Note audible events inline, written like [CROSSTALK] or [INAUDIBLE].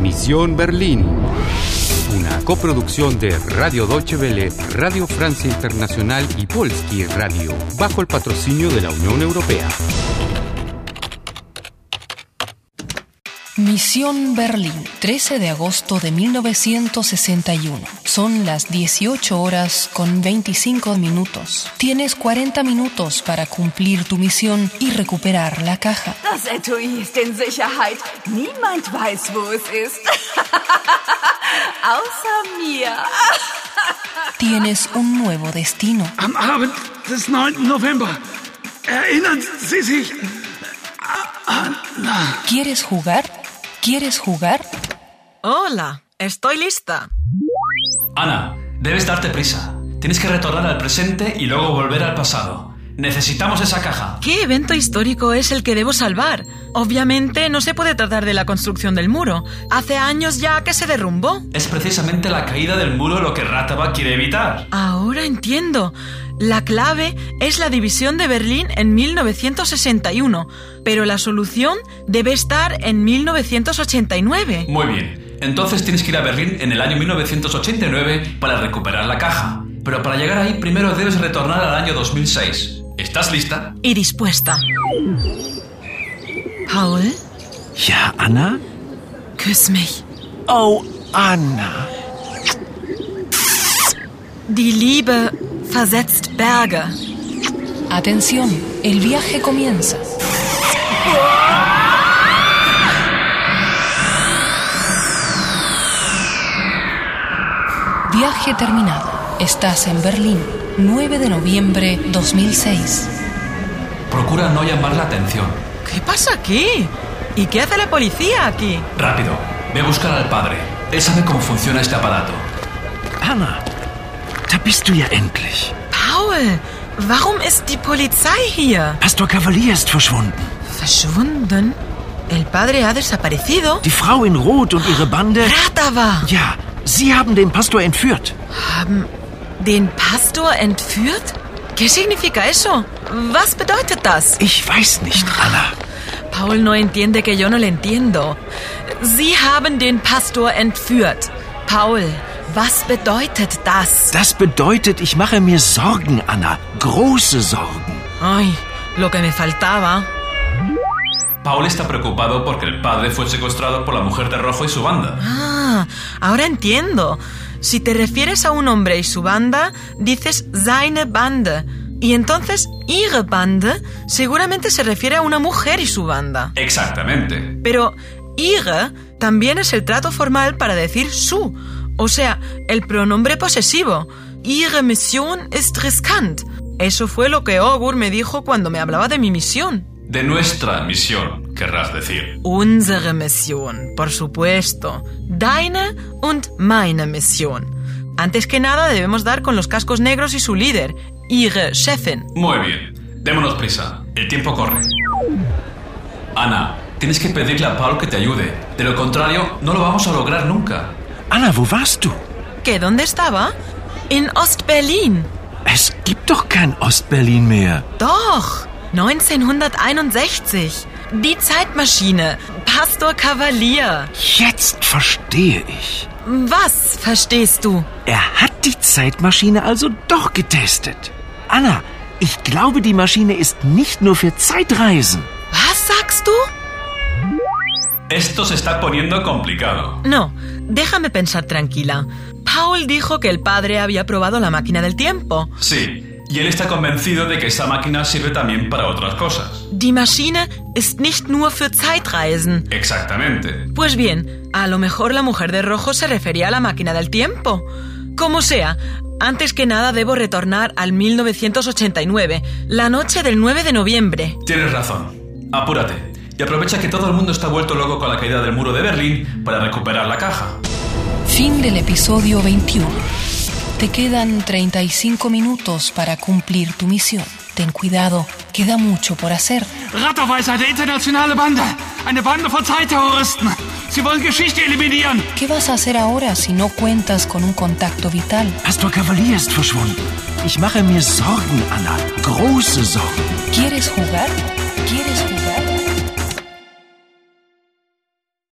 Misión Berlín. Una coproducción de Radio Deutsche Welle, Radio Francia Internacional y Polski Radio, bajo el patrocinio de la Unión Europea. Misión Berlín, 13 de agosto de 1961. Son las 18 horas con 25 minutos. Tienes 40 minutos para cumplir tu misión y recuperar la caja. Das Etui ist in Sicherheit. Niemand weiß, wo es ist. [LAUGHS] Außer mir. Tienes un nuevo destino. Am Abend des 9. November erinnern Sie sich an... ¿Quieres jugar? ¿Quieres jugar? Hola, estoy lista. Ana, debes darte prisa. Tienes que retornar al presente y luego volver al pasado. Necesitamos esa caja. ¿Qué evento histórico es el que debo salvar? Obviamente no se puede tratar de la construcción del muro. Hace años ya que se derrumbó. Es precisamente la caída del muro lo que Rataba quiere evitar. Ahora entiendo. La clave es la división de Berlín en 1961, pero la solución debe estar en 1989. Muy bien. Entonces tienes que ir a Berlín en el año 1989 para recuperar la caja. Pero para llegar ahí primero debes retornar al año 2006. ¿Estás lista? Y dispuesta. Paul, Ja, Anna? küss mich. Oh, Anna. Die Liebe versetzt Berge. Atención, el viaje comienza. Viaje terminado. Estás en Berlín, 9 de noviembre 2006. Procura no llamar la atención. ¿Qué pasa aquí? ¿Y qué hace la policía aquí? Rápido, ve a buscar al padre. Él sabe cómo funciona este aparato. Anna, da bist du ja endlich. Paul, warum ist die Polizei hier? Pastor Cavalier ist verschwunden. Verschwunden? El padre ha desaparecido. Die Frau in Rot und ihre Bande. Ratava! Ja, sie haben den Pastor entführt. Haben den Pastor entführt? ¿Qué significa eso? Was bedeutet das? Ich weiß nicht, Anna. Paul no entiende que yo no le entiendo. Sie haben den Pastor entführt. Paul, was bedeutet das? Das bedeutet, ich mache mir Sorgen, Anna. Große Sorgen. Ay, lo que me faltaba. Paul está preocupado porque el padre fue secuestrado por la mujer de rojo y su banda. Ah, ahora entiendo. Si te refieres a un hombre y su banda, dices seine Bande. Y entonces ihre Bande seguramente se refiere a una mujer y su banda. Exactamente. Pero ihre también es el trato formal para decir su, o sea, el pronombre posesivo. Ihre Mission ist riskant. Eso fue lo que Ogur me dijo cuando me hablaba de mi misión. De nuestra misión, querrás decir. Unsere Mission, por supuesto. Deine und meine Mission. Antes que nada debemos dar con los cascos negros y su líder, Ihre Chefin. Muy bien, démonos prisa. El tiempo corre. Ana, tienes que pedirle a Paul que te ayude. De lo contrario, no lo vamos a lograr nunca. Anna, wo warst du? ¿Que dónde estaba? En Ostberlin. Es gibt doch kein Ostberlin mehr. Doch. 1961. Die Zeitmaschine. Pastor Cavalier. Jetzt verstehe ich. Was verstehst du? Er hat die Zeitmaschine also doch getestet. Anna, ich glaube, die Maschine ist nicht nur für Zeitreisen. Was sagst du? Esto se está poniendo complicado. No, déjame pensar tranquila. Paul dijo que el padre había probado la máquina del tiempo. Sí, y él está convencido de que esa máquina sirve también para otras cosas. Die Maschine ist nicht nur für Zeitreisen. Exactamente. Pues bien, a lo mejor la mujer de rojo se refería a la máquina del tiempo. Como sea, antes que nada debo retornar al 1989, la noche del 9 de noviembre. Tienes razón. Apúrate. Y aprovecha que todo el mundo está vuelto loco con la caída del muro de Berlín para recuperar la caja. Fin del episodio 21. Te quedan 35 minutos para cumplir tu misión. Ten cuidado, queda mucho por hacer. Ratava ist eine internationale Bande. Eine Bande von Zeitterroristen. Sie wollen Geschichte eliminieren. ¿Qué vas a hacer ahora si no cuentas con un contacto vital? Pastor Cavalier ist verschwunden. Ich mache mir Sorgen, Anna. Große Sorgen. ¿Quieres jugar? ¿Quieres jugar?